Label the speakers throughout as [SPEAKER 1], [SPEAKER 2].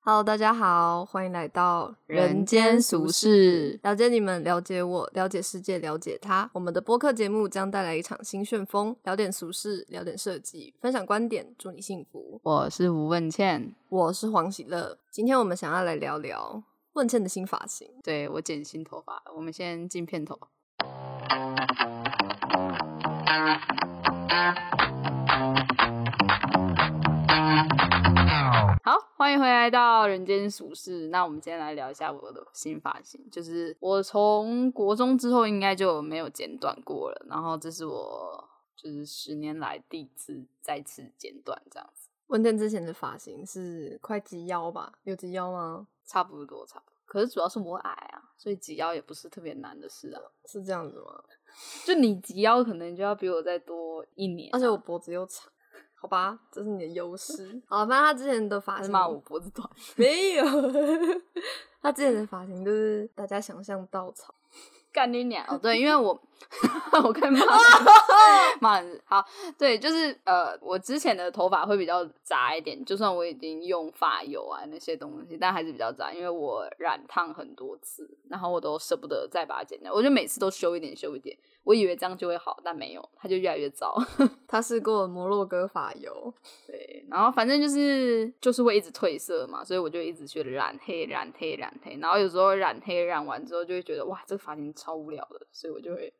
[SPEAKER 1] Hello，大家好，欢迎来到
[SPEAKER 2] 人间俗世，
[SPEAKER 1] 了解你们，了解我，了解世界，了解他。我们的播客节目将带来一场新旋风，聊点俗事，聊点设计，分享观点，祝你幸福。
[SPEAKER 2] 我是吴问倩，
[SPEAKER 1] 我是黄喜乐，今天我们想要来聊聊问倩的新发型。
[SPEAKER 2] 对我剪新头发，我们先进片头。好，欢迎回来到人间俗世。那我们今天来聊一下我的新发型，就是我从国中之后应该就没有剪短过了，然后这是我就是十年来第一次再次剪短这样子，
[SPEAKER 1] 问倩之前的发型是快及腰吧？有及腰吗？
[SPEAKER 2] 差不多差不多。可是主要是我矮啊，所以及腰也不是特别难的事啊。
[SPEAKER 1] 是这样子吗？
[SPEAKER 2] 就你及腰可能就要比我再多一年啊、
[SPEAKER 1] 而且我脖子又长，好吧，这是你的优势。好，反正他之前的发
[SPEAKER 2] 还是
[SPEAKER 1] 型
[SPEAKER 2] 骂我脖子 短，
[SPEAKER 1] 没有，他之前的发型就是大家想象稻草。
[SPEAKER 2] 干你娘！哦，对，因 为我我该 骂骂人好，对，就是呃，我之前的头发会比较杂一点，就算我已经用发油啊那些东西，但还是比较杂，因为我染烫很多次，然后我都舍不得再把它剪掉，我就每次都修一点修一点，我以为这样就会好，但没有，它就越来越糟。
[SPEAKER 1] 他试过摩洛哥发油，
[SPEAKER 2] 对，然后反正就是就是会一直褪色嘛，所以我就一直去染黑、染黑、染黑，然后有时候染黑染完之后就会觉得哇，这个发型超无聊的，所以我就会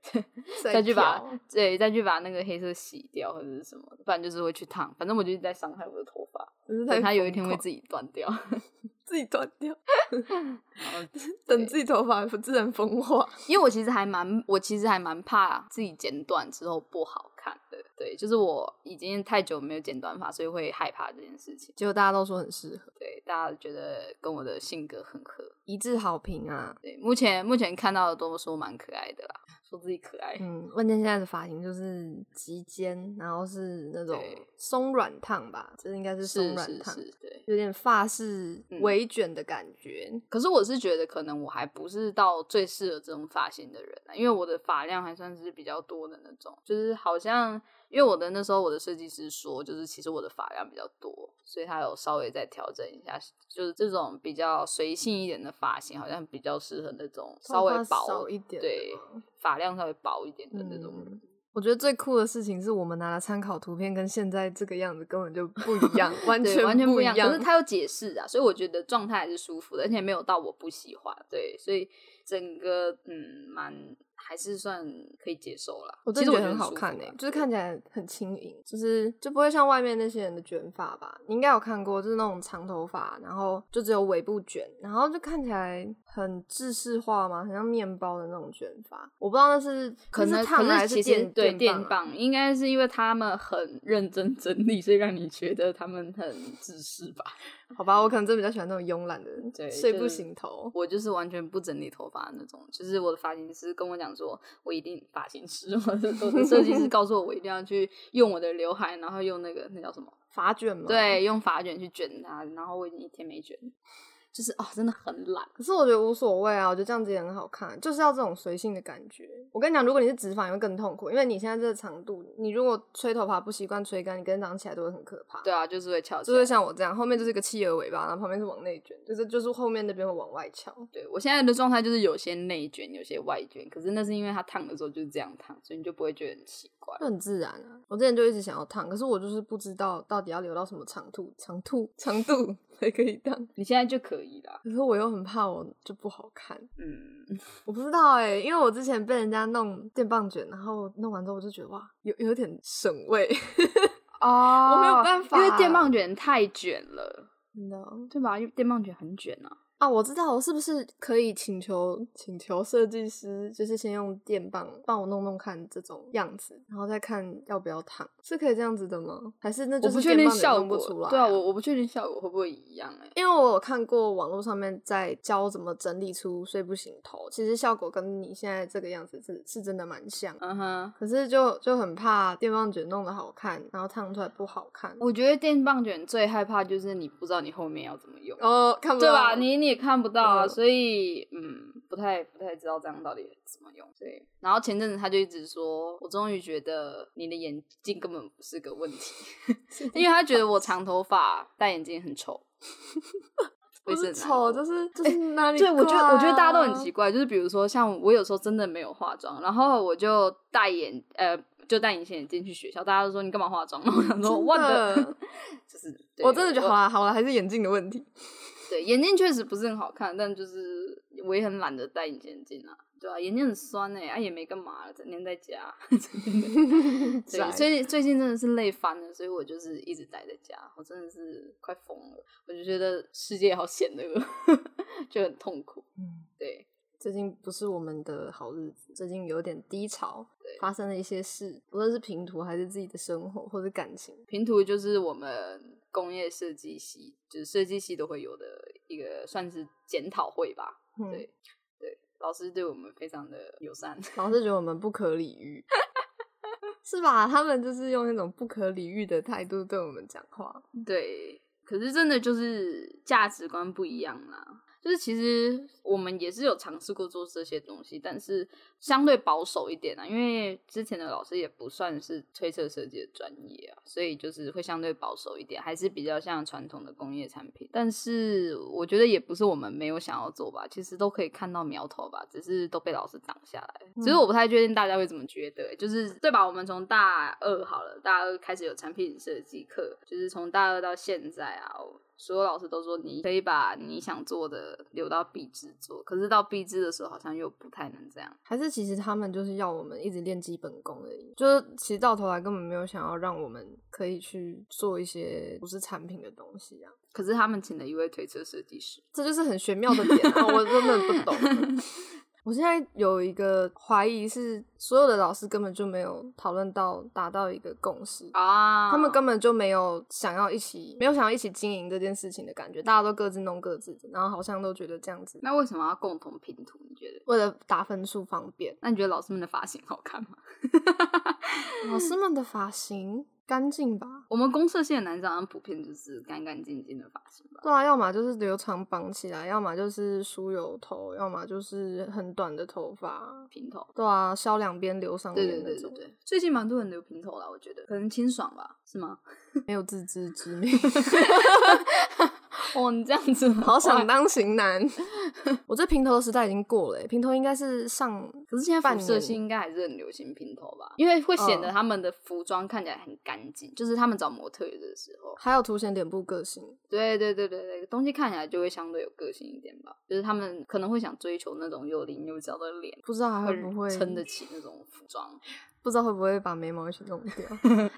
[SPEAKER 2] 再去把
[SPEAKER 1] 挑
[SPEAKER 2] 对再去把那个黑色洗掉或者是什么，不然就是会去烫，反正我就一直在伤害我的头发，
[SPEAKER 1] 只是
[SPEAKER 2] 等它有一
[SPEAKER 1] 疯
[SPEAKER 2] 天会
[SPEAKER 1] 狂
[SPEAKER 2] 自己断掉。
[SPEAKER 1] 自己断掉，
[SPEAKER 2] 然后
[SPEAKER 1] 等自己头发不自然风化。
[SPEAKER 2] 因为我其实还蛮，我其实还蛮怕自己剪短之后不好看的，对，就是我已经太久没有剪短发，所以会害怕这件事情。
[SPEAKER 1] 结果大家都说很适合，
[SPEAKER 2] 对，大家觉得跟我的性格很合。
[SPEAKER 1] 一致好评啊。
[SPEAKER 2] 对，目前目前看到的都说蛮可爱的啦，说自己可爱。
[SPEAKER 1] 嗯，问健现在的发型就是及肩，然后是那种
[SPEAKER 2] 对
[SPEAKER 1] 松软烫吧，这应该是松
[SPEAKER 2] 是
[SPEAKER 1] 软
[SPEAKER 2] 是
[SPEAKER 1] 烫，
[SPEAKER 2] 是，对。
[SPEAKER 1] 有点发式
[SPEAKER 2] 嗯
[SPEAKER 1] 微卷的感觉。
[SPEAKER 2] 可是我是觉得，可能我还不是到最适合这种发型的人、啊，因为我的发量还算是比较多的那种，就是好像因为我的那时候我的设计师说，就是其实我的发量比较多，所以他有稍微再调整一下，就是这种比较随性一点的发型，好像比较适合那种稍
[SPEAKER 1] 头
[SPEAKER 2] 微
[SPEAKER 1] 发
[SPEAKER 2] 薄
[SPEAKER 1] 少一点的
[SPEAKER 2] 对
[SPEAKER 1] 嘛，
[SPEAKER 2] 发量稍微薄一点的那种人。
[SPEAKER 1] 嗯我觉得最酷的事情是我们拿了参考图片，跟现在这个样子根本就不一样，完
[SPEAKER 2] 对，
[SPEAKER 1] 全
[SPEAKER 2] 完全
[SPEAKER 1] 不
[SPEAKER 2] 不
[SPEAKER 1] 一
[SPEAKER 2] 一可是他有解释啊，所以我觉得状态还是舒服的，而且没有到我不喜欢。对，所以整个嗯，蛮还是算可以接受啦。
[SPEAKER 1] 我
[SPEAKER 2] 其
[SPEAKER 1] 真
[SPEAKER 2] 实
[SPEAKER 1] 的觉得
[SPEAKER 2] 我觉
[SPEAKER 1] 很
[SPEAKER 2] 得
[SPEAKER 1] 好
[SPEAKER 2] 舒服
[SPEAKER 1] 看
[SPEAKER 2] 啦
[SPEAKER 1] 诶、就是看起来很轻盈，就是就不会像外面那些人的卷发吧。你应该有看过，就是那种长头发，然后就只有尾部卷，然后就看起来很制式化嘛，很像面包的那种卷发。我不知道那是
[SPEAKER 2] 可
[SPEAKER 1] 那
[SPEAKER 2] 能
[SPEAKER 1] 是烫的
[SPEAKER 2] 可
[SPEAKER 1] 还
[SPEAKER 2] 是
[SPEAKER 1] 是
[SPEAKER 2] 其
[SPEAKER 1] 电
[SPEAKER 2] 实对
[SPEAKER 1] 电
[SPEAKER 2] 电
[SPEAKER 1] 棒啊。
[SPEAKER 2] 棒，应该是因为他们很认真整理，所以让你觉得他们很自私吧。
[SPEAKER 1] 好吧，我可能真的比较喜欢那种慵懒的人，
[SPEAKER 2] 对
[SPEAKER 1] 睡不
[SPEAKER 2] 就是
[SPEAKER 1] 醒头。
[SPEAKER 2] 我就是完全不整理头发的那种，就是我的发型师跟我讲说，我一定发型师，我的我的设计师告诉我，我一定要去用我的刘海，然后用那个那叫什么？
[SPEAKER 1] 发卷嘛，。
[SPEAKER 2] 对，用发卷去卷它，然后我已经一天没卷，就是哦，真的很懒。
[SPEAKER 1] 可是我觉得无所谓啊，我觉得这样子也很好看，就是要这种随性的感觉。我跟你讲，如果你是直发，你会更痛苦，因为你现在这个长度，你如果吹头发不习惯吹干，你跟早上起来都会很可怕。
[SPEAKER 2] 对啊，就是会翘起
[SPEAKER 1] 就是
[SPEAKER 2] 来。
[SPEAKER 1] 像我这样，后面就是一个企鹅尾巴，然后旁边是往内卷，就是就是后面那边会往外翘。
[SPEAKER 2] 对我现在的状态就是有些内卷，有些外卷，可是那是因为它烫的时候就是这样烫，所以你就不会觉得很奇怪。
[SPEAKER 1] 就很自然啊。我之前就一直想要烫，可是我就是不知道到底要留到什么长度、长度、长度才可以烫。
[SPEAKER 2] 你现在就可以啦，
[SPEAKER 1] 可是我又很怕我就不好看，
[SPEAKER 2] 嗯，
[SPEAKER 1] 我不知道哎、因为我之前被人家弄电棒卷，然后弄完之后我就觉得哇，有有点省味，
[SPEAKER 2] 哦
[SPEAKER 1] 我没有办法
[SPEAKER 2] 因为电棒卷太卷了，
[SPEAKER 1] 真的哦
[SPEAKER 2] 对吧？因为电棒卷很卷啊。
[SPEAKER 1] 啊！我知道，我是不是可以请求请求设计师，就是先用电棒帮我弄弄看这种样子，然后再看要不要烫，是可以这样子的吗？还是那就
[SPEAKER 2] 我
[SPEAKER 1] 是
[SPEAKER 2] 不确
[SPEAKER 1] 电
[SPEAKER 2] 定
[SPEAKER 1] 棒也
[SPEAKER 2] 效
[SPEAKER 1] 弄不
[SPEAKER 2] 果，
[SPEAKER 1] 出来、
[SPEAKER 2] 对啊，我我不确定效果会不会一样哎、
[SPEAKER 1] 因为我有看过网络上面在教怎么整理出睡不醒头，其实效果跟你现在这个样子是是真的蛮像，
[SPEAKER 2] 嗯哼。
[SPEAKER 1] 可是就就很怕电棒卷弄得好看，然后烫出来不好看。
[SPEAKER 2] 我觉得电棒卷最害怕就是你不知道你后面要怎么用。
[SPEAKER 1] 哦，看不
[SPEAKER 2] 对
[SPEAKER 1] 到
[SPEAKER 2] 吧？你你也看不到啊，
[SPEAKER 1] 嗯
[SPEAKER 2] 所以嗯，不太不太知道这样到底怎么用。对，然后前阵子他就一直说，我终于觉得你的眼镜根本不 是个问题，因为他觉得我长头发戴眼镜很丑。我也
[SPEAKER 1] 是
[SPEAKER 2] 很难
[SPEAKER 1] 丑，
[SPEAKER 2] 过
[SPEAKER 1] 就是就是哪里、
[SPEAKER 2] 哎对，我觉得
[SPEAKER 1] 啊
[SPEAKER 2] 我觉得大家都很奇，怪，就是比如说像我有时候真的没有化妆，然后我就戴眼呃就戴隐形眼镜去学校，大家都说你干嘛化妆？然后我想说
[SPEAKER 1] 真
[SPEAKER 2] 我
[SPEAKER 1] 的
[SPEAKER 2] 的，就是对
[SPEAKER 1] 我真的觉得好
[SPEAKER 2] 我
[SPEAKER 1] 啦好啦，还是眼镜的问题。
[SPEAKER 2] 对眼镜确实不是很好看，但就是我也很懒得戴隐形眼镜啊。对啊，眼睛很酸哎、啊也没干嘛，整天在家。嗯对，
[SPEAKER 1] 宅
[SPEAKER 2] 最近最近真的是累翻了，所以我就是一直待在家，我真的是快疯了，我就觉得世界好险恶， 就很痛苦。
[SPEAKER 1] 嗯
[SPEAKER 2] 对，
[SPEAKER 1] 最近不是我们的好日子，最近有点低潮，发生了一些事，无论是平图还是自己的生活或者感情，
[SPEAKER 2] 平图就是我们工业设计系，就是设计系都会有的一个算是检讨会吧。
[SPEAKER 1] 嗯
[SPEAKER 2] 对对，老师对我们非常的友善。
[SPEAKER 1] 老是觉得我们不可理 喻，是吧？他们就是用那种不可理喻的态度对我们讲话，
[SPEAKER 2] 对，可是真的就是价值观不一样啦。就是其实我们也是有尝试过做这些东西，但是相对保守一点啊，因为之前的老师也不算是推测设计的专业啊，所以就是会相对保守一点，还是比较像传统的工业产品。但是我觉得也不是我们没有想要做吧，其实都可以看到苗头吧，只是都被老师挡下来。只是我不太确定大家会怎么觉得、欸就是对吧？我们从大二好了，大二开始有产品设计课，就是从大二到现在啊，我所有老师都说你可以把你想做的留到毕制做，可是到毕制的时候好像又不太能这样。
[SPEAKER 1] 还是其实他们就是要我们一直练基本功而已，就是其实到头来根本没有想要让我们可以去做一些不是产品的东西啊，
[SPEAKER 2] 可是他们请了一位推车设计师，
[SPEAKER 1] 这就是很玄妙的点啊，我真的不懂。 我现在有一个怀疑是，所有的老师根本就没有讨论到达到一个共识，
[SPEAKER 2] 啊，
[SPEAKER 1] 他们根本就没有想要一起，没有想要一起经营这件事情的感觉，大家都各自弄各自的，然后好像都觉得这样子
[SPEAKER 2] 那为什么要共同拼图？你觉得？
[SPEAKER 1] 为了打分数方便，
[SPEAKER 2] 那你觉得老师们的发型好看吗？
[SPEAKER 1] 老师们的发型干净吧？
[SPEAKER 2] 我们公社系的男生好像普遍就是干干净净的发型吧。
[SPEAKER 1] 对啊，要么就是留长绑起来，要么就是梳油头，要么就是很短的头发。
[SPEAKER 2] 平头，
[SPEAKER 1] 对啊，削两边留上面
[SPEAKER 2] 对
[SPEAKER 1] 那
[SPEAKER 2] 对
[SPEAKER 1] 种，
[SPEAKER 2] 对对对，最近蛮多人留平头啦，我觉得可能清爽吧，是吗？
[SPEAKER 1] 没有自知之明，
[SPEAKER 2] 哦，你这样子
[SPEAKER 1] 好想当型男。 我这平头的时代已经过了欸、平头应该是上
[SPEAKER 2] 可是现在
[SPEAKER 1] 半
[SPEAKER 2] 服设
[SPEAKER 1] 年
[SPEAKER 2] 系应该还是很流行平头吧，因为会显得
[SPEAKER 1] 嗯
[SPEAKER 2] 他们的服装看起来很干净，就是他们找模特儿的时候，
[SPEAKER 1] 还有凸显脸部个性，
[SPEAKER 2] 对对对对对，东西看起来就会相对有个性一点吧，就是他们可能会想追求那种有棱有角的脸，
[SPEAKER 1] 不知道还会啊不会
[SPEAKER 2] 撑得起那种服装？
[SPEAKER 1] 不知道会不会把眉毛一起弄 掉？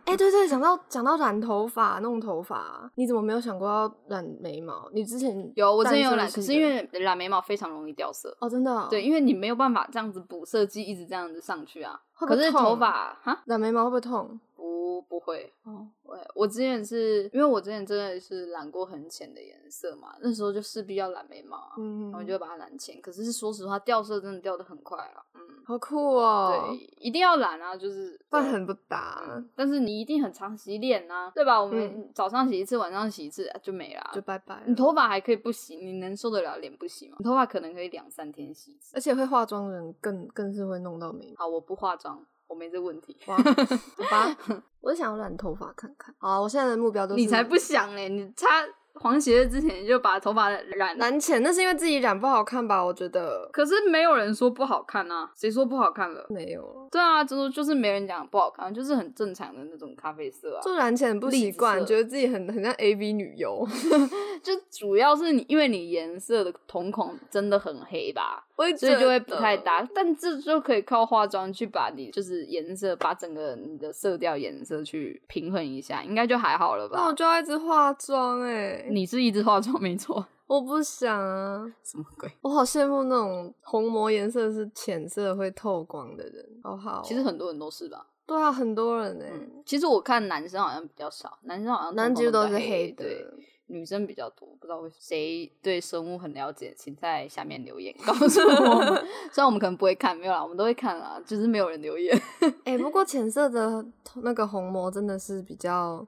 [SPEAKER 1] 哎、对对，讲到讲到染头发、弄头发，啊你怎么没有想过要染眉毛？你之前
[SPEAKER 2] 有，我之前
[SPEAKER 1] 淡
[SPEAKER 2] 有
[SPEAKER 1] 色
[SPEAKER 2] 染，
[SPEAKER 1] 系
[SPEAKER 2] 可
[SPEAKER 1] 的
[SPEAKER 2] 是因为染眉毛非常容易掉色。
[SPEAKER 1] 哦，真的、哦、
[SPEAKER 2] 对，，因为你没有办法这样子补设计，一直这样子上去啊。
[SPEAKER 1] 会不
[SPEAKER 2] 可
[SPEAKER 1] 会
[SPEAKER 2] 是
[SPEAKER 1] 痛
[SPEAKER 2] 头
[SPEAKER 1] 啊
[SPEAKER 2] 发哈
[SPEAKER 1] 染眉毛会不会痛？
[SPEAKER 2] 不不会，
[SPEAKER 1] 哦，
[SPEAKER 2] 我我之前是因为我之前真的是染过很浅的颜色嘛，那时候就势必要染眉毛啊，
[SPEAKER 1] 嗯
[SPEAKER 2] 然后就会把它染浅。可是说实话，掉色真的掉的很快啊，嗯，
[SPEAKER 1] 好酷哦，
[SPEAKER 2] 对，一定要染啊，就是
[SPEAKER 1] 但
[SPEAKER 2] 对
[SPEAKER 1] 很不搭，
[SPEAKER 2] 嗯但是你一定很长期练啊，对吧？我们
[SPEAKER 1] 嗯
[SPEAKER 2] 早上洗一次，晚上洗一次、啊就没了啊、
[SPEAKER 1] 就拜拜了。
[SPEAKER 2] 你头发还可以不洗，你能受得了脸不洗吗？你头发可能可以两三天洗一次
[SPEAKER 1] 而。且会化妆的人更更是会弄到眉毛。
[SPEAKER 2] 好，我不化妆，我没这问题。
[SPEAKER 1] 哇，好 吧，我想要染头发看看。好啊，我现在的目标就是
[SPEAKER 2] 你才不想嘞！你擦黄鞋之前你就把头发染了，
[SPEAKER 1] 染浅，那是因为自己染不好看吧？我觉得
[SPEAKER 2] 可是没有人说不好看啊，谁说不好看了？
[SPEAKER 1] 没有了，
[SPEAKER 2] 对啊，就是就是没人讲不好看，就是很正常的那种咖啡色啊。
[SPEAKER 1] 就染浅不习
[SPEAKER 2] 栗
[SPEAKER 1] 惯，
[SPEAKER 2] 子色
[SPEAKER 1] 觉得自己很很像 A V 女 优。
[SPEAKER 2] 就主要是你因为你颜色的瞳孔真的很黑吧，
[SPEAKER 1] 我也
[SPEAKER 2] 所以
[SPEAKER 1] 觉
[SPEAKER 2] 就会不
[SPEAKER 1] 得
[SPEAKER 2] 太搭。但这就可以靠化妆去把你就是颜色，把整个你的色调颜色去平衡一下，应该就还好了
[SPEAKER 1] 那我
[SPEAKER 2] 吧？
[SPEAKER 1] 就要一直化妆哎、
[SPEAKER 2] 你是一直化妆没错，
[SPEAKER 1] 我不想啊，
[SPEAKER 2] 什么鬼？
[SPEAKER 1] 我好羡慕那种虹膜颜色是浅色会透光的人，好好哦、
[SPEAKER 2] 其实很多人都是吧。
[SPEAKER 1] 对啊，很多人哎、
[SPEAKER 2] 嗯，其实我看男生好像比较少，男生好像
[SPEAKER 1] 男
[SPEAKER 2] 通
[SPEAKER 1] 几乎
[SPEAKER 2] 常
[SPEAKER 1] 都
[SPEAKER 2] 比
[SPEAKER 1] 是
[SPEAKER 2] 较
[SPEAKER 1] 黑
[SPEAKER 2] 黑
[SPEAKER 1] 的，
[SPEAKER 2] 对，女生比较多，不知道为什么。谁对生物很了解，请在下面留言告诉我 们。虽然我们可能不会看，没有啦，我们都会看啦，只是没有人 留言。
[SPEAKER 1] 哎、不过浅色的那个虹膜真的是比较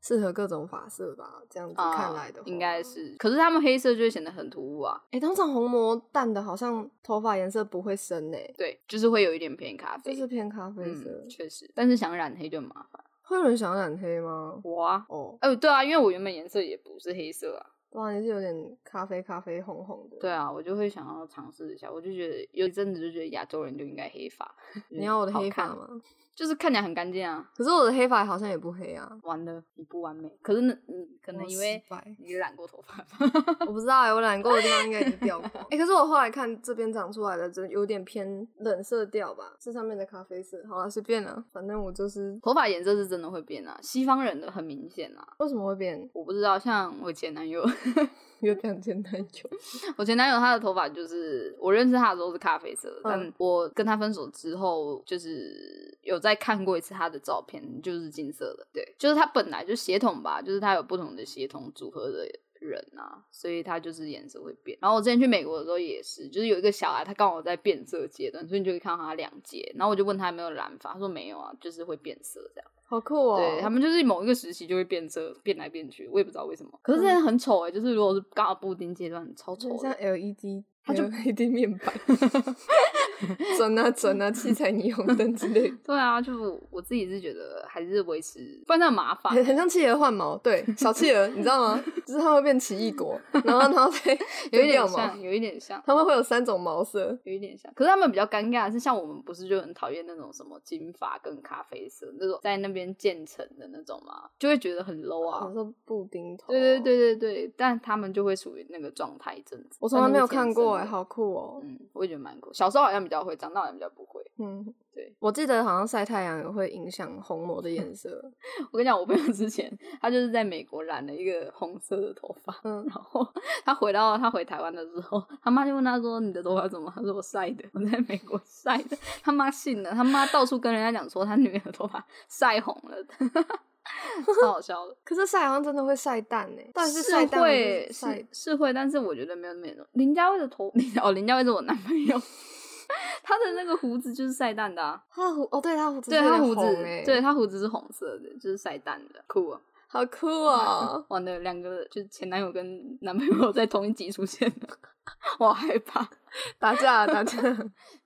[SPEAKER 1] 适合各种发色吧？这样子
[SPEAKER 2] 啊
[SPEAKER 1] 看来的话，
[SPEAKER 2] 应该是，可是他们黑色就会显得很突兀啊。
[SPEAKER 1] 哎、通常虹膜淡的好像头发颜色不会深哎、
[SPEAKER 2] 对，就是会有一点偏咖
[SPEAKER 1] 就
[SPEAKER 2] 啡。
[SPEAKER 1] 是偏咖啡色。
[SPEAKER 2] 嗯，确实，但是想染黑就很麻烦。
[SPEAKER 1] 会有人想染黑吗？
[SPEAKER 2] 我啊，
[SPEAKER 1] 哦，
[SPEAKER 2] 哦，对啊，因为我原本颜色也不是黑色啊，
[SPEAKER 1] 不然就是有点咖啡咖啡红红的。
[SPEAKER 2] 对，啊，我就会想要尝试一下，我就觉得有一阵子就觉得亚洲人就应该黑发。
[SPEAKER 1] 你要我的
[SPEAKER 2] 嗯 好
[SPEAKER 1] 黑发
[SPEAKER 2] 看
[SPEAKER 1] 吗？
[SPEAKER 2] 就是看起来很干净啊。
[SPEAKER 1] 可是我的黑发好像也不黑啊，
[SPEAKER 2] 完了，你不完美，可是那嗯，可能
[SPEAKER 1] 我
[SPEAKER 2] 因为
[SPEAKER 1] 失败
[SPEAKER 2] 你染过头发吧。
[SPEAKER 1] 我 不知道哎、我染过的地方应该已经掉光。哎、可是我后来看这边长出来的，真有点偏冷色调吧，这上面的咖啡色。好了，随便了，反正我就是
[SPEAKER 2] 头发颜色是真的会变啊，西方人的很明显啊。
[SPEAKER 1] 为什么会 变
[SPEAKER 2] 我不知道，像我前男友，
[SPEAKER 1] 月亮前男友？
[SPEAKER 2] 我前男友他的头发就是我认识他的时候是咖啡色的，
[SPEAKER 1] 嗯
[SPEAKER 2] 但我跟他分手之后，就是有再看过一次他的照片，就是金色的。对，就是他本来就血统吧，就是他有不同的血统组合的。人啊，所以他就是颜色会变。然后我之前去美国的时候也是，就是有一个小孩，他刚好在变色阶段，所以你就可以看到他两节。然后我就问他有没有染发，他说没有啊，就是会变色这样。
[SPEAKER 1] 好酷哦！
[SPEAKER 2] 对他们就是某一个时期就会变色，变来变去，我也不知道为什么。可是真的很丑哎、就是如果是刚好布丁阶段，超丑
[SPEAKER 1] 很像
[SPEAKER 2] 的。
[SPEAKER 1] LED，
[SPEAKER 2] 它就
[SPEAKER 1] LED 面 板，转啊转啊，七彩霓虹灯之类的。
[SPEAKER 2] 对啊，就我自己是觉得还是维持，不然那很麻 烦
[SPEAKER 1] 很。很像企鹅换毛， 对，小企鹅，你知道吗？就是它会变奇异果，然后然 后再
[SPEAKER 2] 有
[SPEAKER 1] 再
[SPEAKER 2] 一
[SPEAKER 1] 掉
[SPEAKER 2] 点
[SPEAKER 1] 毛
[SPEAKER 2] 像，，有一点像，
[SPEAKER 1] 它们会有三种毛色，
[SPEAKER 2] 有一点像。可是他们比较尴尬的是，像我们不是就很讨厌那种什么金发跟咖啡色那种在那边建成的那种嘛，就会觉得很 low 啊
[SPEAKER 1] 你。说布丁头，
[SPEAKER 2] 对对，对对对，但他们就会属于那个状态一阵子。
[SPEAKER 1] 我从来没有
[SPEAKER 2] 但是
[SPEAKER 1] 看
[SPEAKER 2] 是天
[SPEAKER 1] 过哎、
[SPEAKER 2] 生的
[SPEAKER 1] 好酷哦、
[SPEAKER 2] 嗯，我也觉得蛮酷。小时候好像比较会，长大好像比较不会。
[SPEAKER 1] 嗯，
[SPEAKER 2] 对，
[SPEAKER 1] 我记得好像晒太阳也会影响虹膜的颜色。
[SPEAKER 2] 我跟你讲，我朋友之前他就是在美国染了一个红色的头发，
[SPEAKER 1] 嗯，
[SPEAKER 2] 然后他回到他回台湾的时候，他妈就问他说：“你的头发怎么？”他说：“我晒的，我在美国晒的。”他妈信了，他妈到处跟人家讲说他女儿头发晒红了，超好笑的。
[SPEAKER 1] 可是晒好像真的会晒蛋哎、到底是晒蛋还
[SPEAKER 2] 会
[SPEAKER 1] 是晒
[SPEAKER 2] 是是会，但是我觉得没有那么严重。林佳慧的头， 林哦，林佳慧是我男朋友，他的那个胡子就是晒蛋的、啊，
[SPEAKER 1] 它的胡哦，对它胡子
[SPEAKER 2] 对
[SPEAKER 1] 是有
[SPEAKER 2] 他
[SPEAKER 1] 点
[SPEAKER 2] 胡子
[SPEAKER 1] 红欸，
[SPEAKER 2] 对他胡子是红色的，就是晒蛋的，酷啊。。
[SPEAKER 1] 好酷哦
[SPEAKER 2] 完了，两个就是前男友跟男朋友 在同一集出现了，我好害怕。
[SPEAKER 1] 打架打架，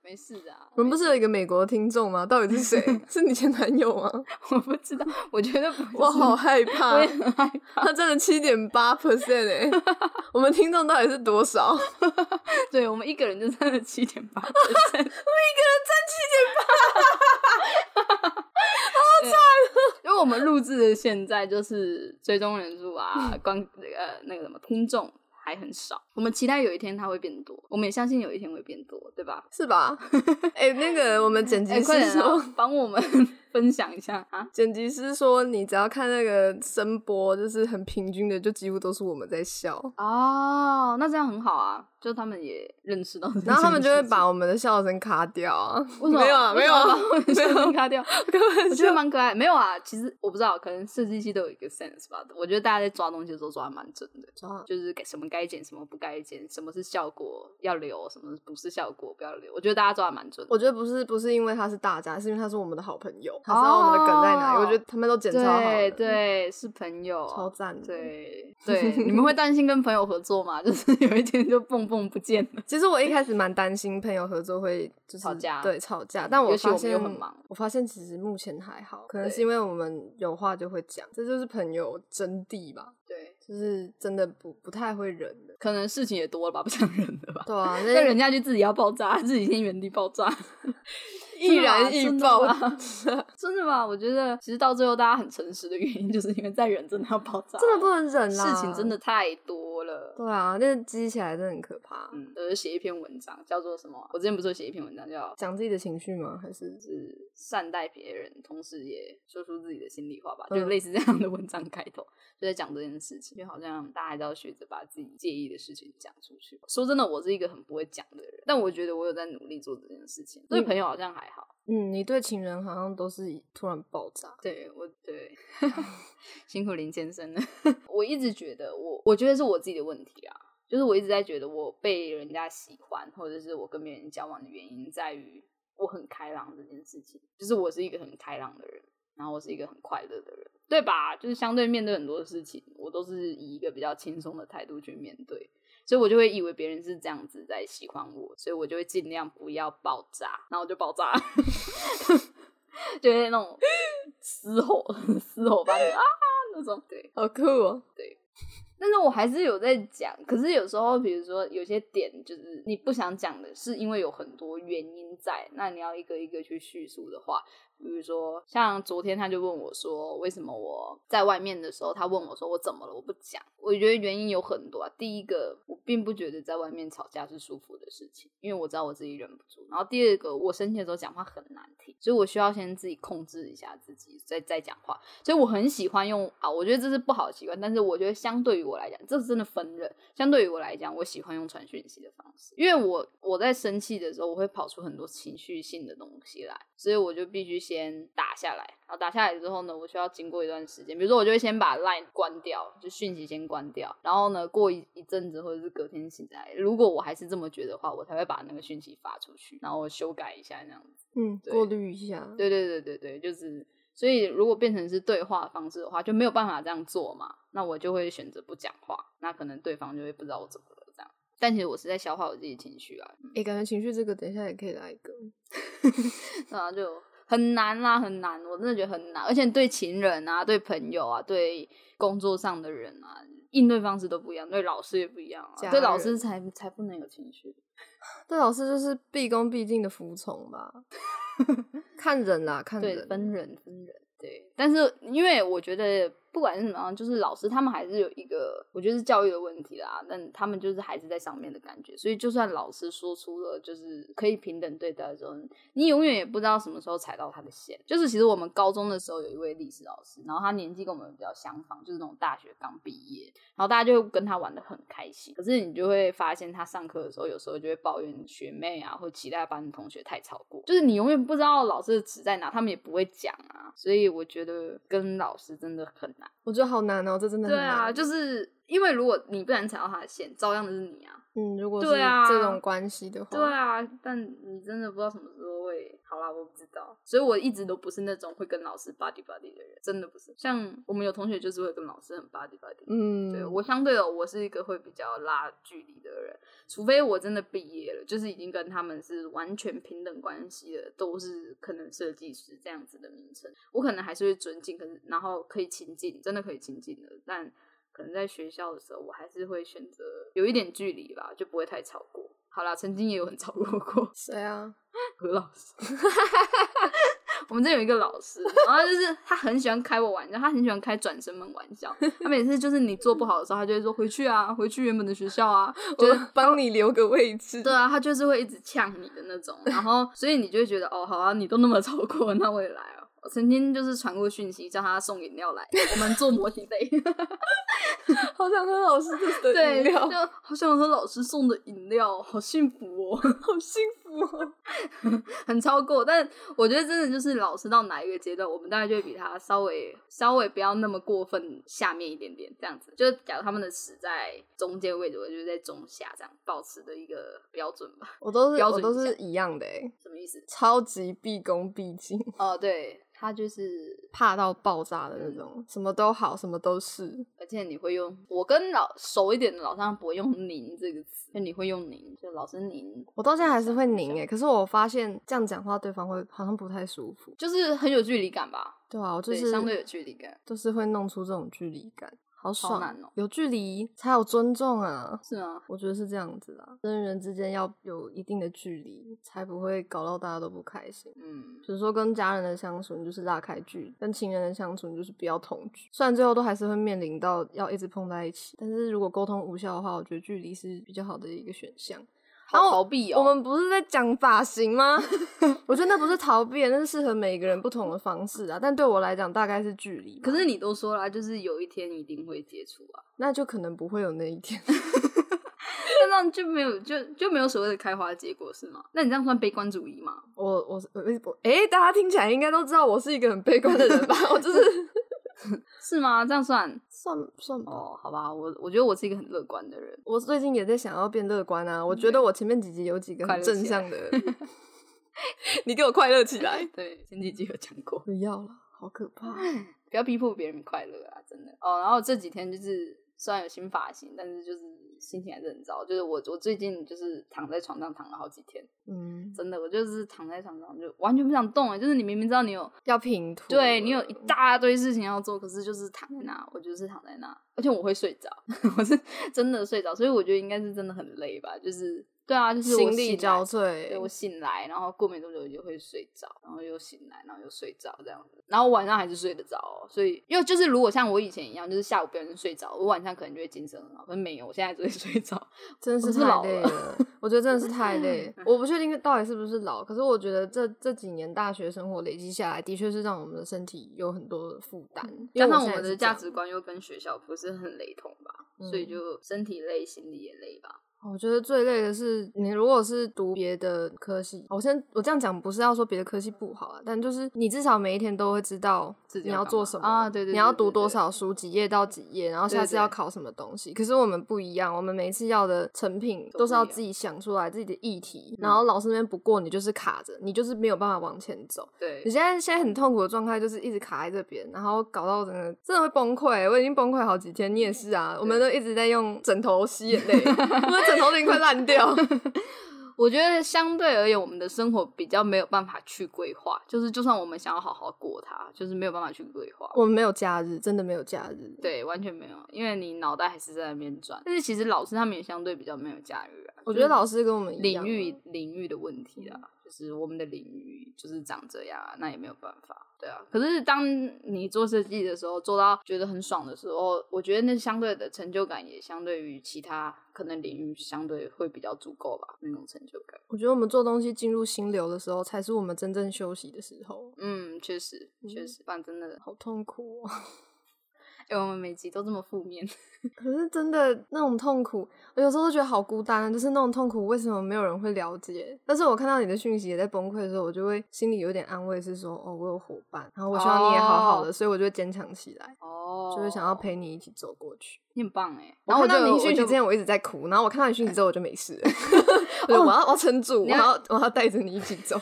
[SPEAKER 2] 没事的啊，
[SPEAKER 1] 我们不
[SPEAKER 2] 没
[SPEAKER 1] 是有一个美国听众吗？到底是谁？ 是你前男友吗？
[SPEAKER 2] 我不知道，我觉得不是，
[SPEAKER 1] 我好害怕
[SPEAKER 2] 我也，很害怕。
[SPEAKER 1] 他真的七点八 percent 哎，我们听众到底是多少？
[SPEAKER 2] 对我们一个人就占了七点 八 因为我们录制的现在就是追踪人数啊，观呃那个什么听众还很少。我们期待有一天它会变多，我们也相信有一天会变多，对吧？
[SPEAKER 1] 是 吧？哎、那个我们剪
[SPEAKER 2] 哎、
[SPEAKER 1] 辑
[SPEAKER 2] 快
[SPEAKER 1] 师
[SPEAKER 2] 点
[SPEAKER 1] 说，
[SPEAKER 2] 啊，帮我们 分享一下啊！
[SPEAKER 1] 剪辑师说，你只要看那个声波，就是很平均的，就几乎都是我们在笑，
[SPEAKER 2] 哦，那这样很好啊，就他们也认识到这件事情，
[SPEAKER 1] 然后他们就会把我们的笑声卡掉啊。
[SPEAKER 2] 为什么
[SPEAKER 1] 没有啊，没有啊，
[SPEAKER 2] 为什么要把我的
[SPEAKER 1] 没
[SPEAKER 2] 声
[SPEAKER 1] 有
[SPEAKER 2] 音 卡掉，
[SPEAKER 1] 根本
[SPEAKER 2] 我觉得蛮可爱。没有啊，其实我不知道，可能设计系都有一个 sense 吧。我觉得大家在抓东西的时候抓的蛮准的，就是该什么该剪，什么不该剪，什么是效果要留，什么不是效果不要留。我觉得大家抓的蛮准的。
[SPEAKER 1] 我觉得不是不是因为他是大家，是因为他是我们的好朋友，他知道我们的梗在哪里。
[SPEAKER 2] 哦
[SPEAKER 1] 我觉得他们都剪超好
[SPEAKER 2] 对
[SPEAKER 1] 的，，
[SPEAKER 2] 对，是朋友，
[SPEAKER 1] 超赞的。，
[SPEAKER 2] 对对，你们会担心跟朋友合作吗？ 就是有一天就蹦蹦不见了。
[SPEAKER 1] 其实我一开始蛮担心朋友合作会就是
[SPEAKER 2] 吵架
[SPEAKER 1] 对吵架，但我
[SPEAKER 2] 尤其
[SPEAKER 1] 发
[SPEAKER 2] 我们
[SPEAKER 1] 现
[SPEAKER 2] 又很忙
[SPEAKER 1] 我发现其实目前还好，可能
[SPEAKER 2] 对
[SPEAKER 1] 是因为我们有话就会讲，这就是朋友真谛吧，
[SPEAKER 2] 对，
[SPEAKER 1] 就是真的不不太会忍的。
[SPEAKER 2] 可能事情也多了吧，不想忍了吧。
[SPEAKER 1] 对啊，
[SPEAKER 2] 那
[SPEAKER 1] 那
[SPEAKER 2] 人家就自己要爆炸，自己先原地 爆炸。
[SPEAKER 1] 易燃易爆，啊
[SPEAKER 2] 真的吗真的吗？我觉得其实到最后大家很诚实的原因，就是因为在忍真的要爆炸，
[SPEAKER 1] 真的不能忍啦，
[SPEAKER 2] 事情真的太多了。
[SPEAKER 1] 对啊，那积起来真的很可怕。
[SPEAKER 2] 嗯，我就写一篇文章，叫做什么啊？我之前不是有写一篇文章叫
[SPEAKER 1] 讲自己的情绪吗？还是
[SPEAKER 2] 是善待别人，同时也说出自己的心里话吧，
[SPEAKER 1] 嗯
[SPEAKER 2] 就类似这样的文章开头，就在讲这件事情，就好像大家还是要学着把自己介意的事情讲出去。说真的，我是一个很不会讲的人，但我觉得我有在努力做这件事情，对
[SPEAKER 1] 嗯
[SPEAKER 2] 朋友好像还好。
[SPEAKER 1] 嗯，你对情人好像都是以突然爆炸。
[SPEAKER 2] 对我对，辛苦林先生了。 我一直觉得我，我觉得是我自己的问题啊，就是我一直在觉得我被人家喜欢，或者是我跟别人交往的原因在于我很开朗这件事情，就是我是一个很开朗的人，然后我是一个很快乐的人，对吧？就是相对面对很多事情，我都是以一个比较轻松的态度去面对。所以我就会以为别人是这样子在喜欢我，所以我就会尽量不要爆炸，然后我就爆炸了， 就会那种 嘶吼、嘶吼般的啊那种。对
[SPEAKER 1] 好酷哦！
[SPEAKER 2] 对，但是我还是有在讲，可是有时候，比如说有些点，就是你不想讲的，是因为有很多原因在，那你要一个一个去叙述的话，比如说像昨天他就问我说，为什么我在外面的时候，他问我说我怎么了，我不讲。我觉得原因有很多啊。第一个，我并不觉得在外面吵架是舒服的事情，因为我知道我自己忍不住。然后第二个，我生气的时候讲话很难听，所以我需要先自己控制一下自己，再再讲话。所以我很喜欢用啊，我觉得这是不好的习惯，但是我觉得相对于我来讲，这真的分人。相对于我来讲，我喜欢用传讯息的方式，因为我我在生气的时候，我会跑出很多情绪性的东西来，所以我就必须先打下来。然后打下来之后呢，我需要经过一段时间，比如说我就会先把 Line 关掉，就讯息先关掉，然后呢，过一一阵子或者是隔天醒来，如果我还是这么觉得的话，我才会把那个讯息发出去，然后修改一下那样子。
[SPEAKER 1] 嗯，
[SPEAKER 2] 对
[SPEAKER 1] 过滤一下。
[SPEAKER 2] 对对对对对，就是所以如果变成是对话方式的话，就没有办法这样做嘛。那我就会选择不讲话，那可能对方就会不知道我怎么了这样。但其实我是在消化我自己的情绪啊，
[SPEAKER 1] 诶、感觉情绪这个等一下也可以来一个。
[SPEAKER 2] 对啊，就很难啦，很难，我真的觉得很难。而且对情人啊，对朋友啊，对工作上的人啊，应对方式都不一样，对老师也不一样、
[SPEAKER 1] 家
[SPEAKER 2] 啊，对老
[SPEAKER 1] 人
[SPEAKER 2] 师才才不能有情绪。
[SPEAKER 1] 这老师就是毕恭毕敬的服从 吧，看人啦，看
[SPEAKER 2] 对，
[SPEAKER 1] 人。
[SPEAKER 2] 分人分人。对，但是因为我觉得不管是怎么样，就是老师他们还是有一个，我觉得是教育的问题啦。但他们就是还是在上面的感觉，所以就算老师说出了就是可以平等对待的时候，你永远也不知道什么时候踩到他的线。就是其实我们高中的时候有一位历史老师，然后他年纪跟我们比较相仿，就是那种大学刚毕业，然后大家就会跟他玩的很开心。可是你就会发现，他上课的时候有时候就会抱怨学妹啊，或其他班的同学太吵过，就是你永远不知道老师的尺在哪，他们也不会讲啊。所以我觉得跟老师真的很难。
[SPEAKER 1] 我觉得好难哦、这真的很
[SPEAKER 2] 对
[SPEAKER 1] 难。
[SPEAKER 2] 啊，就是因为如果你不然踩到他的线，照样的是你啊。
[SPEAKER 1] 嗯，如果是
[SPEAKER 2] 对啊
[SPEAKER 1] 这种关系的话，
[SPEAKER 2] 对啊，但你真的不知道什么时候会好啦，我不知道，所以我一直都不是那种会跟老师 buddy buddy 的人，真的不是。像我们有同学就是会跟老师很 buddy buddy，
[SPEAKER 1] 嗯，
[SPEAKER 2] 对我相对的，我是一个会比较拉距离的人，除非我真的毕业了，就是已经跟他们是完全平等关系了，都是可能设计师这样子的名称，我可能还是会尊敬，可是然后可以亲近，真的可以亲近的，但可能在学校的时候，我还是会选择有一点距离吧，就不会太超过。好啦，曾经也有很超过过
[SPEAKER 1] 谁啊？
[SPEAKER 2] 何老师。 我们这有一个老师，然后就是他很喜欢开我玩笑，他很喜欢开转身门玩笑。他每次就是你做不好的时候，他就会说回去啊，回去原本的学校啊，就
[SPEAKER 1] 我帮你留个位置。
[SPEAKER 2] 对啊，他就是会一直呛你的那种，然后所以你就会觉得哦，好啊，你都那么超过，那我也来啊。我曾经就是传过讯息叫他送饮料来，我们做模型 杯。
[SPEAKER 1] 好想喝老师 这的
[SPEAKER 2] 对，
[SPEAKER 1] 饮料，
[SPEAKER 2] 就好想喝老师送的饮料，好幸福哦。
[SPEAKER 1] 好幸福哦。
[SPEAKER 2] 很超过，但我觉得真的就是老师到哪一个阶段，我们大概就会比他稍微稍微不要那么过分下面一点点这样子。就是假如他们的尺在中间位置，我就在中下这样保持的一个 标准吧。
[SPEAKER 1] 我都是
[SPEAKER 2] 标
[SPEAKER 1] 我
[SPEAKER 2] 准
[SPEAKER 1] 都
[SPEAKER 2] 一下
[SPEAKER 1] 是一样的哎、
[SPEAKER 2] 什么意思？
[SPEAKER 1] 超级毕恭毕敬，
[SPEAKER 2] 哦，对，他就是，
[SPEAKER 1] 怕到爆炸的那种，什么都好，什么都是。
[SPEAKER 2] 而且你会用我跟老熟一点的老师，他不会用“您”这个词，就你会用“您”，就老师您。
[SPEAKER 1] 我到现在还是会拧哎、可是我发现这样讲话对方会好像不太舒服。
[SPEAKER 2] 就是很有距离感吧，
[SPEAKER 1] 对啊，我就是
[SPEAKER 2] 对，相对有距离感，
[SPEAKER 1] 就是会弄出这种距离感，好爽，
[SPEAKER 2] 好难哦
[SPEAKER 1] 有距离才有尊重啊。
[SPEAKER 2] 是吗？
[SPEAKER 1] 我觉得是这样子啦，人与人之间要有一定的距离，才不会搞到大家都不开心。
[SPEAKER 2] 嗯，
[SPEAKER 1] 比如说跟家人的相处，你就是拉开距离；跟情人的相处，你就是不要同居。虽然最后都还是会面临到要一直碰在一起，但是如果沟通无效的话，我觉得距离是比较好的一个选项。然
[SPEAKER 2] 好
[SPEAKER 1] 后
[SPEAKER 2] 逃避哦。
[SPEAKER 1] 我们不是在讲发型 吗？我觉得那不是逃避，那是适合每个人不同的方式啊。但对我来讲，大概是距离吧。
[SPEAKER 2] 可是你都说了，就是有一天一定会接触啊。
[SPEAKER 1] 那就可能不会有那一天。
[SPEAKER 2] 那这样就没有就就没有所谓的开花结果是吗？那你这样算悲观主义吗？
[SPEAKER 1] 我我我我，哎、大家听起来应该都知道我是一个很悲观的人吧？ 我就是
[SPEAKER 2] 是吗？这样 算
[SPEAKER 1] 算算吧。
[SPEAKER 2] 哦？好吧，我我觉得我是一个很乐观的人。
[SPEAKER 1] 我最近也在想要变乐观啊！我觉得我前面几集有几个
[SPEAKER 2] 嗯快
[SPEAKER 1] 很
[SPEAKER 2] 乐
[SPEAKER 1] 正
[SPEAKER 2] 起来
[SPEAKER 1] 向 的，你给我快乐起来！
[SPEAKER 2] 对，前几集有讲过，
[SPEAKER 1] 不要了，好可怕！
[SPEAKER 2] 不要逼迫别人快乐啊，真的哦。然后这几天就是虽然有新发型，但是就是心情还是很糟。就是我我最近就是躺在床上躺了好几天，
[SPEAKER 1] 嗯，
[SPEAKER 2] 真的，我就是躺在床上就完全不想动哎。就是你明明知道你有
[SPEAKER 1] 要平图了，嗯
[SPEAKER 2] 对你有一大堆事情要做，可是就是躺在那，我就是躺在那，而且我会睡着， 我是真的睡着，所以我觉得应该是真的很累吧，就是对啊，就是我
[SPEAKER 1] 心力
[SPEAKER 2] 醒
[SPEAKER 1] 交
[SPEAKER 2] 来对我
[SPEAKER 1] 瘁，
[SPEAKER 2] 醒来，然后过没多久我就会睡着，然后又醒来，然后又睡着这样子，然后晚上还是睡得着、哦，所以因为就是如果像我以前一样，就是下午不小心睡着，我晚上可能就会精神很好，可是没有，我现在只会睡着，
[SPEAKER 1] 真的
[SPEAKER 2] 我
[SPEAKER 1] 是
[SPEAKER 2] 是
[SPEAKER 1] 太
[SPEAKER 2] 老
[SPEAKER 1] 累
[SPEAKER 2] 了
[SPEAKER 1] 了。我觉得真的是太 累，我不确定到底是不是老，可是我觉得这这几年大学生活累积下来，的确是让我们的身体有很多的负担，因
[SPEAKER 2] 嗯加
[SPEAKER 1] 为
[SPEAKER 2] 上
[SPEAKER 1] 现
[SPEAKER 2] 我
[SPEAKER 1] 在也
[SPEAKER 2] 们的
[SPEAKER 1] 是这样
[SPEAKER 2] 价值，观又跟学校不是很雷同吧，
[SPEAKER 1] 嗯
[SPEAKER 2] 所以就身体累，心里也累吧。
[SPEAKER 1] 哦我觉得最累的是，你如果是读别的科系，我先我这样讲不是要说别的科系不好啊，但就是你至少每一天都会知道
[SPEAKER 2] 自己
[SPEAKER 1] 你
[SPEAKER 2] 要
[SPEAKER 1] 要
[SPEAKER 2] 干
[SPEAKER 1] 做
[SPEAKER 2] 嘛
[SPEAKER 1] 什么
[SPEAKER 2] 啊对对
[SPEAKER 1] 你要
[SPEAKER 2] 对对
[SPEAKER 1] 读多
[SPEAKER 2] 对
[SPEAKER 1] 少书，几页到几页，然后
[SPEAKER 2] 对
[SPEAKER 1] 下次要
[SPEAKER 2] 对
[SPEAKER 1] 考什么东西。可是我们不一样，我们每一次要的成品
[SPEAKER 2] 都
[SPEAKER 1] 都是
[SPEAKER 2] 不
[SPEAKER 1] 要
[SPEAKER 2] 一样嗯
[SPEAKER 1] 自己想出来自己的议题，然后老师那边不过，你就是卡着，你就是没有办法往前走。
[SPEAKER 2] 对
[SPEAKER 1] 你，现在现在很痛苦的状态就是一直卡在这边，然后搞到整个真的会崩溃。欸我已经崩溃好几天，你也是啊。我们都一直在用枕头吸眼泪，我的枕头已经快烂掉。
[SPEAKER 2] 我觉得相对而言，我们的生活比较没有办法去规划，就是就算我们想要好好过它，就是没有办法去规划。
[SPEAKER 1] 我们没有假日，真的没有假日。
[SPEAKER 2] 对，完全没有，因为你脑袋还是在那边转。但是其实老师他们也相对比较没有驾驭啊。
[SPEAKER 1] 我觉得
[SPEAKER 2] 就是
[SPEAKER 1] 老师跟我们一
[SPEAKER 2] 领
[SPEAKER 1] 样啊
[SPEAKER 2] 域领域的问题啦，就是我们的领域就是长这样啊，那也没有办法。对啊，可是当你做设计的时候，做到觉得很爽的时候，我觉得那相对的成就感也相对于其他可能领域相对会比较足够吧，那种成就感。
[SPEAKER 1] 我觉得我们做东西进入心流的时候，才是我们真正休息的时候。
[SPEAKER 2] 嗯，确实，确
[SPEAKER 1] 嗯
[SPEAKER 2] 实，反正真的，
[SPEAKER 1] 好痛苦哦！
[SPEAKER 2] 哎、我们每集都这么负面，
[SPEAKER 1] 可是真的那种痛苦，我有时候都觉得好孤单啊，就是那种痛苦，为什么没有人会了解？但是我看到你的讯息也在崩溃的时候，我就会心里有点安慰，是说哦，我有伙伴，然后我希望你也好好的，
[SPEAKER 2] 哦
[SPEAKER 1] 所以我就会坚强起来，
[SPEAKER 2] 哦
[SPEAKER 1] 就会想要，陪你一起走过去。
[SPEAKER 2] 你很棒哎。
[SPEAKER 1] 然后
[SPEAKER 2] 然后
[SPEAKER 1] 我
[SPEAKER 2] 我
[SPEAKER 1] 看到
[SPEAKER 2] 就
[SPEAKER 1] 你讯息
[SPEAKER 2] 我
[SPEAKER 1] 之前，
[SPEAKER 2] 就
[SPEAKER 1] 我一直在哭，然后我看到你讯息之后，我就没事 了， 我就我要我要撑住，我
[SPEAKER 2] 哦你要
[SPEAKER 1] 要我要带着你一起 走。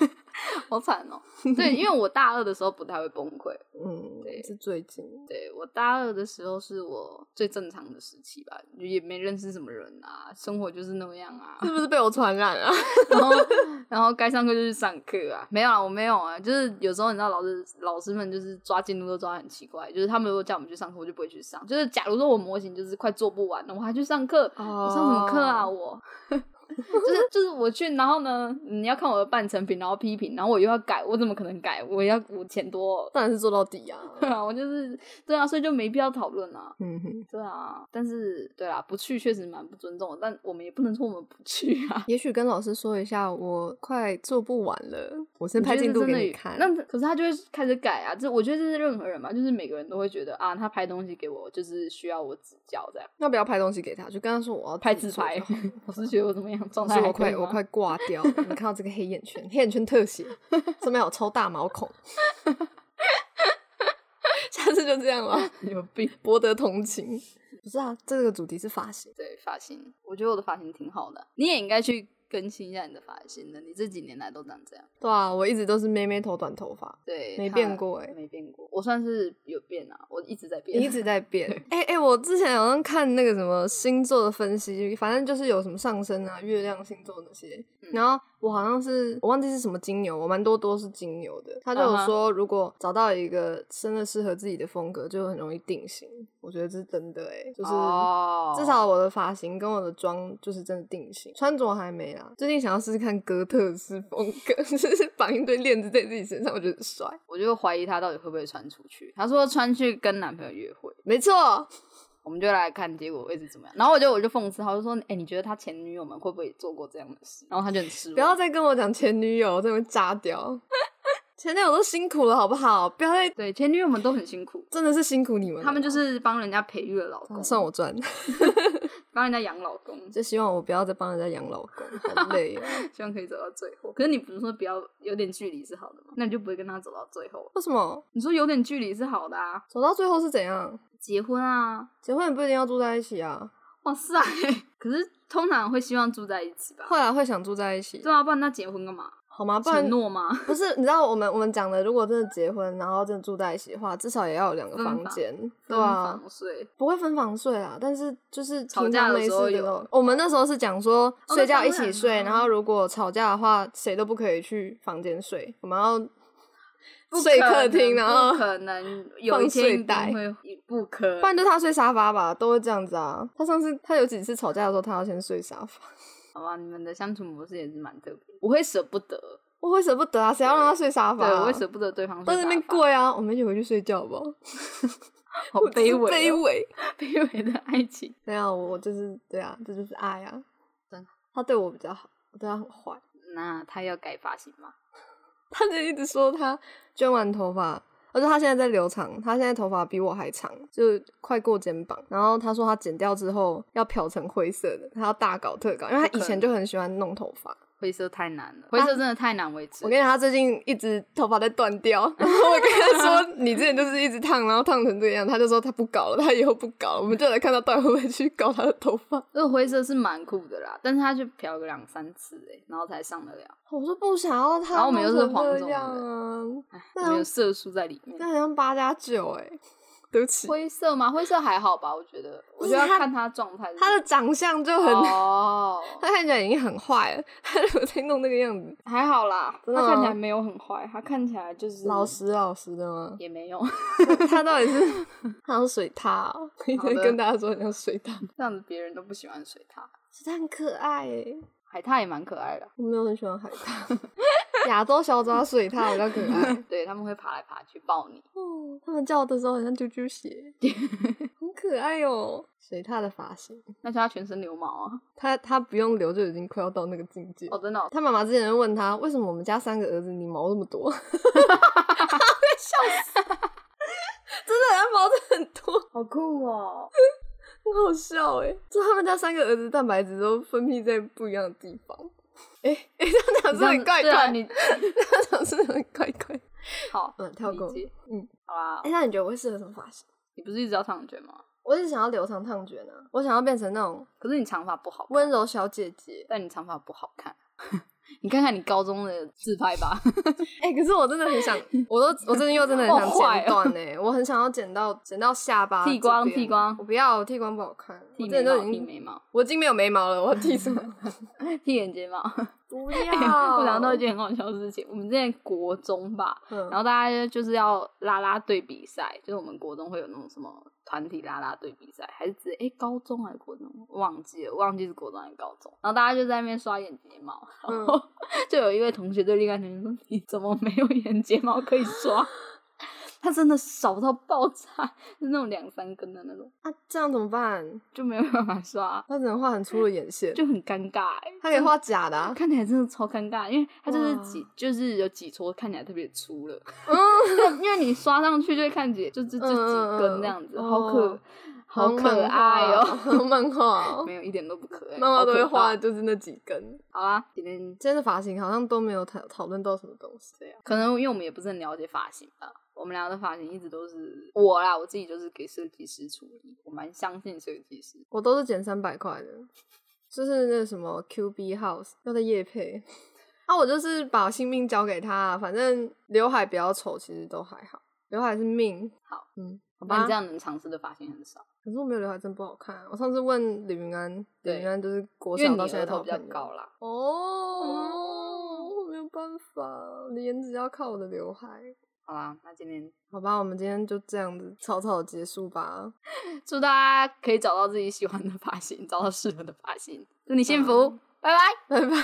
[SPEAKER 2] 好惨哦、对，因为我大二的时候不太会崩溃，
[SPEAKER 1] 嗯，
[SPEAKER 2] 对
[SPEAKER 1] 是最近
[SPEAKER 2] 对我大二的时候是我最正常的时期吧，也没认识什么人啊，生活就是那样啊。
[SPEAKER 1] 是不是被我传染啊？
[SPEAKER 2] 然后然后该上课就去上课啊，没有啊，我没有啊，就是有时候你知道老师老师们就是抓进度都抓得很奇怪，就是他们如果叫我们去上课，我就不会去上。就是假如说我模型就是快做不完了，我还去上课，我上什么课啊？
[SPEAKER 1] 哦
[SPEAKER 2] 我就是就是我 去，然后呢，你要看我的半成品，然后批评，然后我又要改，我怎么可能改？我要我钱多。
[SPEAKER 1] 当然是做到底啊。
[SPEAKER 2] 对啊，我就是对啊，所以就没必要讨论啊。
[SPEAKER 1] 嗯哼，
[SPEAKER 2] 对啊，但是对啦，不去确实蛮不尊重的，但我们也不能说我们不去 啊。
[SPEAKER 1] 也许跟老师说一下，我快做不完了，我先
[SPEAKER 2] 我
[SPEAKER 1] 拍
[SPEAKER 2] 觉得
[SPEAKER 1] 进度
[SPEAKER 2] 真
[SPEAKER 1] 给
[SPEAKER 2] 的
[SPEAKER 1] 你
[SPEAKER 2] 有
[SPEAKER 1] 看。
[SPEAKER 2] 那可是他就会开始改啊。这我觉得这是任何人嘛，就是每个人都会觉得啊，他拍东西给我就是需要我指教这样，
[SPEAKER 1] 要不要拍东西给他？就跟他说我要
[SPEAKER 2] 拍
[SPEAKER 1] 自
[SPEAKER 2] 自
[SPEAKER 1] 做
[SPEAKER 2] 拍
[SPEAKER 1] 就好了。。
[SPEAKER 2] 我是觉得我怎么样，状
[SPEAKER 1] 我
[SPEAKER 2] 态
[SPEAKER 1] 说
[SPEAKER 2] 还
[SPEAKER 1] 我
[SPEAKER 2] 可以
[SPEAKER 1] 快我
[SPEAKER 2] 吗
[SPEAKER 1] 快挂掉了，你看到这个黑眼圈，黑眼圈特写，上面有超大毛 孔。下次就这样了，
[SPEAKER 2] 有病。
[SPEAKER 1] 博得同情。不是啊，这个主题是发型。
[SPEAKER 2] 对发型，我觉得我的发型挺好的，你也应该去更新一下你的发型的。你这几年来都长这样，
[SPEAKER 1] 对啊，我一直都是妹妹头短头发，
[SPEAKER 2] 对，
[SPEAKER 1] 没
[SPEAKER 2] 它
[SPEAKER 1] 变过欸
[SPEAKER 2] 没变过。我算是有变啊，我一直在变，
[SPEAKER 1] 一直 在变。哎哎、我之前好像看那个什么星座的分析，反正就是有什么上升啊、月亮星座那些。
[SPEAKER 2] 嗯
[SPEAKER 1] 然后我好像是我忘记是什么金牛，我蛮多多是金牛的。他就有
[SPEAKER 2] 啊哈
[SPEAKER 1] 说，如果找到一个真的适合自己的风格，就很容易定型。我觉得这是真的哎、就是。
[SPEAKER 2] 哦
[SPEAKER 1] 至少我的发型跟我的妆就是真的定型，穿着还没啦。最近想要试试看哥特式风格， 就是绑一堆链子在自己身上，我觉得很帅。
[SPEAKER 2] 我就怀疑他到底会不会穿出去。他说穿去跟男朋友约会，
[SPEAKER 1] 没错，
[SPEAKER 2] 我们就来看结果会是怎么样。然后我就我就讽刺他，我就说：“哎、你觉得他前女友们会不会也做过这样的事？”然后他就很失望。
[SPEAKER 1] 不要再跟我讲前女友，真的会炸掉。 前女友都辛苦了，好不好？不要再，
[SPEAKER 2] 对前女友们都很辛苦，
[SPEAKER 1] 真的是辛苦你们了。
[SPEAKER 2] 他们就是帮人家培育了老
[SPEAKER 1] 啊
[SPEAKER 2] 公，
[SPEAKER 1] 算我赚，
[SPEAKER 2] 帮人家养老公，
[SPEAKER 1] 就希望我不要再帮人家养老公，好 累、啊。
[SPEAKER 2] 希望可以走到最后。可是你不是说不要有点距离是好的吗？那你就不会跟他走到最后。
[SPEAKER 1] 为什么
[SPEAKER 2] 你说有点距离是好的啊，
[SPEAKER 1] 走到最后是怎样？
[SPEAKER 2] 结婚啊，
[SPEAKER 1] 结婚也不一定要住在一起啊，
[SPEAKER 2] 哇塞！ 可是通常会希望住在一起吧？啊
[SPEAKER 1] 后来会想住在一起
[SPEAKER 2] 对。啊，不然那结婚干嘛？
[SPEAKER 1] 好吗？不然
[SPEAKER 2] 承诺吗？
[SPEAKER 1] 不是，你知道我们我们讲的，如果真的结婚，然后真的住在一起的话，至少也要有两个
[SPEAKER 2] 分
[SPEAKER 1] 房
[SPEAKER 2] 房
[SPEAKER 1] 间，对
[SPEAKER 2] 分
[SPEAKER 1] 啊，
[SPEAKER 2] 房睡，
[SPEAKER 1] 不会分房睡啦，但是就是
[SPEAKER 2] 吵
[SPEAKER 1] 平
[SPEAKER 2] 架
[SPEAKER 1] 常
[SPEAKER 2] 的
[SPEAKER 1] 没
[SPEAKER 2] 时
[SPEAKER 1] 事
[SPEAKER 2] 候
[SPEAKER 1] 的
[SPEAKER 2] 有哦
[SPEAKER 1] 时候我们那时候是讲说
[SPEAKER 2] 那
[SPEAKER 1] 睡觉一
[SPEAKER 2] 当然
[SPEAKER 1] 起睡，
[SPEAKER 2] 啊
[SPEAKER 1] 然后如果吵架的话，谁都不可以去房间睡，我们要
[SPEAKER 2] 不
[SPEAKER 1] 睡
[SPEAKER 2] 可
[SPEAKER 1] 客
[SPEAKER 2] 能
[SPEAKER 1] 厅，然后
[SPEAKER 2] 不可能有
[SPEAKER 1] 放
[SPEAKER 2] 一
[SPEAKER 1] 睡
[SPEAKER 2] 天一
[SPEAKER 1] 袋
[SPEAKER 2] 定会不可
[SPEAKER 1] 不然就他睡沙发吧，都会这样子啊。他上次他有几次吵架的时候，他要先睡沙发，
[SPEAKER 2] 好吧，你们的相处模式也是蛮特别。我会舍不得，
[SPEAKER 1] 我会舍不得啊，谁要让他睡沙发、
[SPEAKER 2] 对，
[SPEAKER 1] 啊？
[SPEAKER 2] 我会舍不得对方
[SPEAKER 1] 都在那边
[SPEAKER 2] 过，
[SPEAKER 1] 跪啊，我们一起回去睡觉吧。
[SPEAKER 2] 好
[SPEAKER 1] 我就是
[SPEAKER 2] 卑微
[SPEAKER 1] 卑
[SPEAKER 2] 哦，
[SPEAKER 1] 微。
[SPEAKER 2] 卑微的爱情。
[SPEAKER 1] 没有，我就是对啊，这就是爱啊。
[SPEAKER 2] 真的
[SPEAKER 1] 他对我比较好，我对他很坏。
[SPEAKER 2] 那他要改发型吗？
[SPEAKER 1] 他就一直说他捐完头发，而且他现在在留长，他现在头发比我还长，就快过肩膀。然后他说他剪掉之后要漂成灰色的，他要大搞特搞，因为他
[SPEAKER 2] 不
[SPEAKER 1] 以
[SPEAKER 2] 可
[SPEAKER 1] 前
[SPEAKER 2] 能
[SPEAKER 1] 就很喜欢弄头发。
[SPEAKER 2] 灰色太难了，灰色真的太难维
[SPEAKER 1] 啊
[SPEAKER 2] 持。
[SPEAKER 1] 我跟你讲，他最近一直头发在断掉，然后我跟他 说，你之前就是一直烫，然后烫成这个样，他就说他不搞了，他以后不搞了，我们就来看他到底会不会去搞他的头发。
[SPEAKER 2] 这个灰色是蛮酷的啦，但是他去漂个两三次哎、然后才上得了，
[SPEAKER 1] 我说不想要他，
[SPEAKER 2] 然后我们又是黄种人
[SPEAKER 1] 样啊，
[SPEAKER 2] 唉
[SPEAKER 1] 那
[SPEAKER 2] 没有色素在里面
[SPEAKER 1] 那。好像八加九哎，对不起，
[SPEAKER 2] 灰色吗？灰色还好吧，我觉得，我
[SPEAKER 1] 是
[SPEAKER 2] 觉得要
[SPEAKER 1] 他
[SPEAKER 2] 看他状态是什么。
[SPEAKER 1] 他的长相就很，
[SPEAKER 2] 哦，
[SPEAKER 1] 他看起来已经很坏了，他如果再弄那个样子，
[SPEAKER 2] 还好啦，
[SPEAKER 1] 真的
[SPEAKER 2] 他看起
[SPEAKER 1] 吗
[SPEAKER 2] 来没有很坏，他看起来就是
[SPEAKER 1] 老实老实的吗？
[SPEAKER 2] 也没有
[SPEAKER 1] 他到底是 他像水獭哦，你在
[SPEAKER 2] 好的
[SPEAKER 1] 跟大家说很像水 獭，
[SPEAKER 2] 这样子，别人都不喜欢水獭，
[SPEAKER 1] 水獭很可爱哎。
[SPEAKER 2] 海獭也蛮可爱的啊，
[SPEAKER 1] 我没有很喜欢海獭， 亚洲小爪水獭比较可 爱。
[SPEAKER 2] 对他们会爬来爬去抱你，
[SPEAKER 1] 哦，它们叫的时候很像啾啾 鞋，很可爱哦。水獭的发型，
[SPEAKER 2] 那叫它全身流毛啊！
[SPEAKER 1] 它它不用留就已经快要到那个境界。
[SPEAKER 2] 哦，真的哦、
[SPEAKER 1] 他妈妈之前就问他，为什么我们家三个儿子你毛这么多？ 笑死！ 真的，他毛真的很多，
[SPEAKER 2] 好酷哦！
[SPEAKER 1] 很好笑哎。就他们家三个儿子蛋白质都分泌在不一样的地方。哎、欸、哎、 这样讲是不
[SPEAKER 2] 你这
[SPEAKER 1] 是
[SPEAKER 2] 样
[SPEAKER 1] 很
[SPEAKER 2] 子
[SPEAKER 1] 怪
[SPEAKER 2] 对啊
[SPEAKER 1] 怪，
[SPEAKER 2] 你
[SPEAKER 1] 这样讲是不是很怪怪。
[SPEAKER 2] 好，
[SPEAKER 1] 嗯，跳过
[SPEAKER 2] 理。解
[SPEAKER 1] 嗯，
[SPEAKER 2] 好啦
[SPEAKER 1] 哎、，那你觉得我会适合什么发型？
[SPEAKER 2] 你不是一直要烫卷吗？
[SPEAKER 1] 我是想要留长烫卷啊，我想要变成那种
[SPEAKER 2] 可是你长发不好看，
[SPEAKER 1] 温柔小姐姐。
[SPEAKER 2] 但你长发不好看。 你看看你高中的自拍吧，
[SPEAKER 1] 哎、可是我真的很 想，我都我最近又真的很想
[SPEAKER 2] 好坏
[SPEAKER 1] 剪
[SPEAKER 2] 哦
[SPEAKER 1] 短哎、我很想要剪到剪到下巴这边，
[SPEAKER 2] 剃光剃光
[SPEAKER 1] 我不要剃光不好看，我
[SPEAKER 2] 剃
[SPEAKER 1] 真的
[SPEAKER 2] 眉
[SPEAKER 1] 都已经
[SPEAKER 2] 毛、剃眉毛、
[SPEAKER 1] 我已经没有眉毛了，我要剃什 么？
[SPEAKER 2] 剃眼睫毛。
[SPEAKER 1] 不
[SPEAKER 2] 哎我
[SPEAKER 1] 要，
[SPEAKER 2] 想到一件很好笑的事情，我们之前国中吧，
[SPEAKER 1] 嗯，
[SPEAKER 2] 然后大家就是要拉拉队比赛，就是我们国中会有那种什么团体拉拉队比赛，还是直接哎高中还是国中忘记了，忘记是国中还是高中。然后大家就在那边刷眼睫毛，
[SPEAKER 1] 嗯
[SPEAKER 2] 然后就有一位同学对另外一个同学说：“你怎么没有眼睫毛可以刷？”他真的少到爆炸，就那种两三根的那种，
[SPEAKER 1] 啊，这样怎么办？
[SPEAKER 2] 就没有办法刷，
[SPEAKER 1] 他只能画很粗的眼线，
[SPEAKER 2] 就很尴尬、欸。
[SPEAKER 1] 他可以画假的、啊。
[SPEAKER 2] 看起来真的超尴尬，因为它就是
[SPEAKER 1] 哇
[SPEAKER 2] 几就是有几撮看起来特别 粗了，
[SPEAKER 1] 嗯
[SPEAKER 2] 嗯，因为你刷上去就会看几就是就几根这样子，
[SPEAKER 1] 嗯嗯嗯
[SPEAKER 2] 好可
[SPEAKER 1] 哦
[SPEAKER 2] 好可爱哦、
[SPEAKER 1] 好漫画哦，
[SPEAKER 2] 没有一点都不可 爱，
[SPEAKER 1] 漫画
[SPEAKER 2] 好
[SPEAKER 1] 都会
[SPEAKER 2] 可怕
[SPEAKER 1] 画的。就是那几根。
[SPEAKER 2] 好啦，今天
[SPEAKER 1] 今天的发型好像都没有讨讨论到什么东西。
[SPEAKER 2] 这样，可能因为我们也不是很了解发型吧，我们俩的发型一直都是我啦，我自己就是给设计师处理，我蛮相信设计师。
[SPEAKER 1] 我都是减三百块的，就是那什么 Q B House 要在夜配。啊，我就是把性命交给他、啊反正刘海比较丑，其实都还好，刘海是命。
[SPEAKER 2] 好，
[SPEAKER 1] 嗯，好
[SPEAKER 2] 那
[SPEAKER 1] 吧
[SPEAKER 2] 你这。样能尝试的发型很少，
[SPEAKER 1] 可是我没有刘海真不好看啊、我上次问李云安，李
[SPEAKER 2] 对
[SPEAKER 1] 云安就是国
[SPEAKER 2] 因为
[SPEAKER 1] 小
[SPEAKER 2] 你
[SPEAKER 1] 到现
[SPEAKER 2] 额
[SPEAKER 1] 在都
[SPEAKER 2] 头
[SPEAKER 1] 好
[SPEAKER 2] 比较
[SPEAKER 1] 朋友
[SPEAKER 2] 高嗯啦。
[SPEAKER 1] 哦，我没有办法，我的颜值要靠我的刘海。
[SPEAKER 2] 好啦，那今天
[SPEAKER 1] 好吧，我们今天就这样子草草结束吧。
[SPEAKER 2] 祝大家可以找到自己喜欢的发型，找到适合的发型，祝你幸福，拜拜。
[SPEAKER 1] 拜拜。